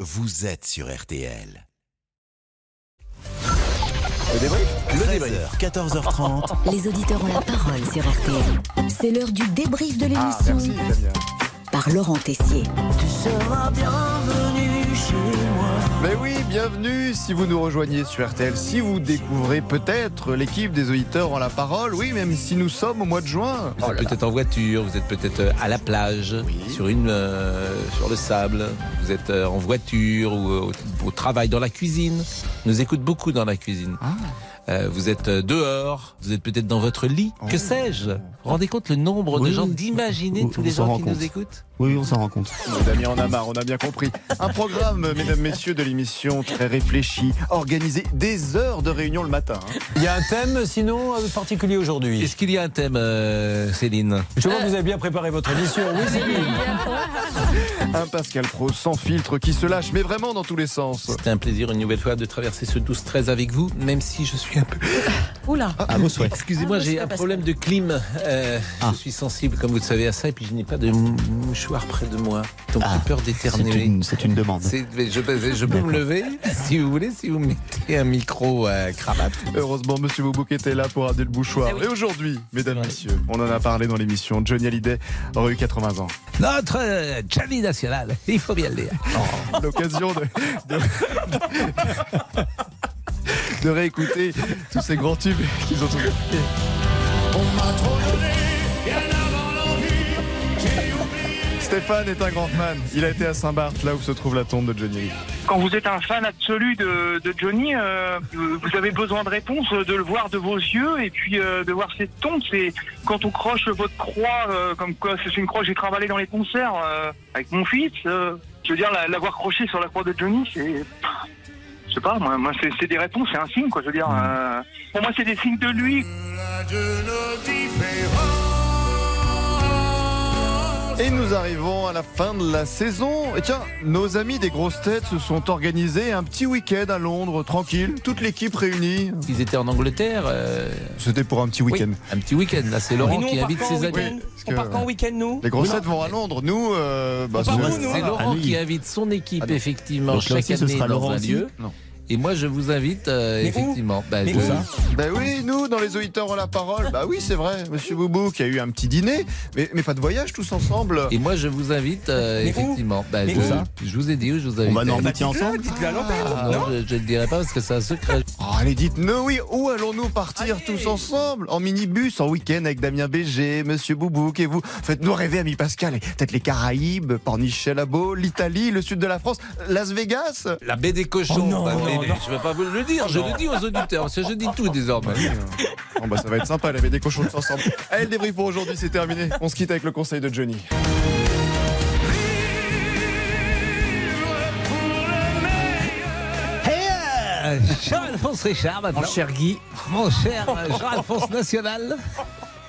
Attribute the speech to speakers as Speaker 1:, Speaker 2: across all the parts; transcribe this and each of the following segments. Speaker 1: vous êtes sur RTL.
Speaker 2: Le débrief
Speaker 1: Le débrief, 14h30.
Speaker 3: Les auditeurs ont la parole sur RTL. C'est l'heure du débrief de
Speaker 2: Ah,
Speaker 3: l'émission
Speaker 2: merci Damien.
Speaker 3: par Laurent Tessier.
Speaker 2: Mais oui, bienvenue si vous nous rejoignez sur RTL, si vous découvrez peut-être l'équipe des auditeurs en la parole, oui, même si nous sommes au mois de juin.
Speaker 4: Oh
Speaker 5: Vous êtes peut-être en voiture, vous êtes peut-être euh, à la plage, sur, une, euh, sur le sable, vous êtes euh, en voiture ou euh, au, au travail, dans la cuisine. On nous écoute beaucoup dans la cuisine.
Speaker 4: Ah.
Speaker 5: Euh, vous êtes euh, dehors, vous êtes peut-être dans votre lit, que sais-je Vous vous rendez compte le nombre de
Speaker 4: Oh. Oui.
Speaker 5: gens, d'imaginer
Speaker 4: On-
Speaker 5: tous
Speaker 4: on
Speaker 5: les
Speaker 4: s'en
Speaker 5: gens
Speaker 4: rend
Speaker 5: qui
Speaker 4: compte.
Speaker 5: nous écoutent
Speaker 4: Oui, on s'en rend compte.
Speaker 2: Damien en a marre, on a bien compris. Un programme, mesdames, messieurs, de l'émission très réfléchi, organisé des heures de réunion le matin. hein.
Speaker 6: Il y a un thème sinon euh, particulier aujourd'hui.
Speaker 5: Est-ce qu'il y a un thème, euh, Céline
Speaker 6: Je vois que vous avez bien préparé votre émission. Oui, c'est
Speaker 2: Un Pascal Pro sans filtre qui se lâche, mais vraiment dans tous les sens.
Speaker 5: C'était un plaisir une nouvelle fois de traverser ce 12-13 avec vous, même si je suis un peu...
Speaker 7: Oula,
Speaker 4: À vos souhaits.
Speaker 5: Excusez-moi,
Speaker 7: Ah,
Speaker 5: j'ai
Speaker 7: monsieur
Speaker 5: un
Speaker 7: Pascal.
Speaker 5: problème de clim. Euh, Je suis sensible, comme vous le savez, à ça, et puis je n'ai pas de mou- mouchoir près de moi. Donc j'ai peur
Speaker 4: C'est
Speaker 5: d'éternuer.
Speaker 4: une, c'est une demande.
Speaker 5: Ah. C'est- mais Je, peux- je peux me lever si vous voulez, si vous me mettez un micro euh, cravate.
Speaker 2: Heureusement, Monsieur Boubouk était là pour aider le bouchoir. Et aujourd'hui, mesdames,
Speaker 5: vrai.
Speaker 2: messieurs, on en a parlé dans l'émission Johnny Hallyday aurait eu 80 ans.
Speaker 5: Notre euh, Johnny National, il faut bien le dire.
Speaker 2: l'occasion de, de, de réécouter tous ces grands tubes qu'ils ont trouvé. Stéphane est un grand fan. Il a été à Saint-Barth, là où se trouve la tombe de Johnny. Hallyday.
Speaker 8: Quand vous êtes un fan absolu de, de Johnny, euh, vous avez besoin de réponses, euh, de le voir de vos yeux et puis euh, de voir ses tombes. C'est quand on croche votre croix, euh, comme quoi c'est une croix que j'ai travaillée dans les concerts euh, avec mon fils. euh, je veux dire, la- l'avoir crochée sur la croix de Johnny, c'est. Je sais pas, moi, moi c'est c'est des réponses, c'est un signe, quoi. Je veux dire, euh, pour moi, c'est des signes de lui.
Speaker 2: Et nous arrivons à la fin de la saison. Et tiens, nos amis des grosses têtes se sont organisés un petit week-end à Londres, tranquille, toute l'équipe réunie.
Speaker 5: Ils étaient en Angleterre. euh,
Speaker 2: C'était pour un petit week-end.
Speaker 5: oui, un petit week-end. Là, c'est Laurent
Speaker 7: nous,
Speaker 5: qui
Speaker 7: on part
Speaker 5: invite
Speaker 7: quand au
Speaker 5: ses amis.
Speaker 7: week-end
Speaker 2: Oui, parce
Speaker 7: on
Speaker 2: que-
Speaker 7: part quand en week-end, nous
Speaker 2: Les grosses têtes vont à Londres. Nous, euh, bah,
Speaker 7: part
Speaker 2: c'est-
Speaker 7: où, nous
Speaker 5: C'est Laurent
Speaker 4: Ah, lui.
Speaker 5: qui invite son équipe,
Speaker 2: Ah, non.
Speaker 5: effectivement,
Speaker 4: Donc là
Speaker 5: chaque
Speaker 4: aussi,
Speaker 5: année
Speaker 4: ce sera
Speaker 5: dans
Speaker 4: Laurent
Speaker 5: un
Speaker 4: aussi
Speaker 5: lieu.
Speaker 2: Non.
Speaker 5: Et moi, je vous invite, euh,
Speaker 7: Mais où
Speaker 5: effectivement. Bah,
Speaker 7: Mais
Speaker 5: je-
Speaker 7: où ça
Speaker 2: Ben oui, nous, dans les auditeurs ont la parole. Bah oui, c'est vrai, monsieur Boubou, qui a eu un petit dîner, mais, mais pas de voyage tous ensemble.
Speaker 5: Et moi, je vous invite, euh,
Speaker 7: Mais où
Speaker 5: effectivement. Bah,
Speaker 7: Mais
Speaker 5: je,
Speaker 7: où
Speaker 4: ça
Speaker 5: je vous ai dit où je vous
Speaker 4: On
Speaker 5: invite.
Speaker 4: va en Normandie ensemble
Speaker 7: Dites-le à l'antenne.
Speaker 5: Ah, non, je, je ne le dirai pas parce que c'est un secret.
Speaker 2: Oh, allez, dites-nous, oui, où allons-nous partir
Speaker 7: Allez.
Speaker 2: tous ensemble En minibus, en week-end avec Damien Béger, monsieur Boubouk et vous. Faites-nous rêver, ami Pascal, et peut-être les Caraïbes, Pornichet-Labo, l'Italie, le sud de la France, Las Vegas.
Speaker 5: La baie des cochons.
Speaker 7: Oh non,
Speaker 5: Bah, mais-
Speaker 7: non,
Speaker 5: mais
Speaker 7: non.
Speaker 5: Je ne vais pas vous le dire. Je le dis aux auditeurs parce que je dis tout désormais.
Speaker 2: Oh, bah ça va être sympa, elle avait des cochons tous ensemble. Allez, le débrief pour aujourd'hui, c'est terminé. On se quitte avec le conseil de Johnny.
Speaker 5: Hey, euh, Jean-Alphonse Richard, maintenant. Mon cher Guy. Mon cher euh, Jean-Alphonse National.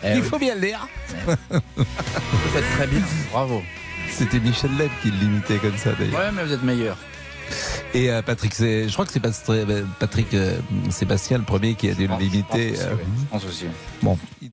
Speaker 5: Il faut bien le dire.
Speaker 9: Eh Vous êtes très bien, bravo.
Speaker 5: C'était Michel Leb qui l'imitait comme ça d'ailleurs.
Speaker 9: Ouais, mais vous êtes meilleur.
Speaker 5: Et euh, Patrick, c'est- je crois que c'est Patrick, Patrick euh, Sébastien le premier qui a dû
Speaker 9: Je pense-
Speaker 5: l'imiter.
Speaker 9: je pense aussi,
Speaker 5: euh,
Speaker 9: ouais. Je pense aussi.
Speaker 5: Bon.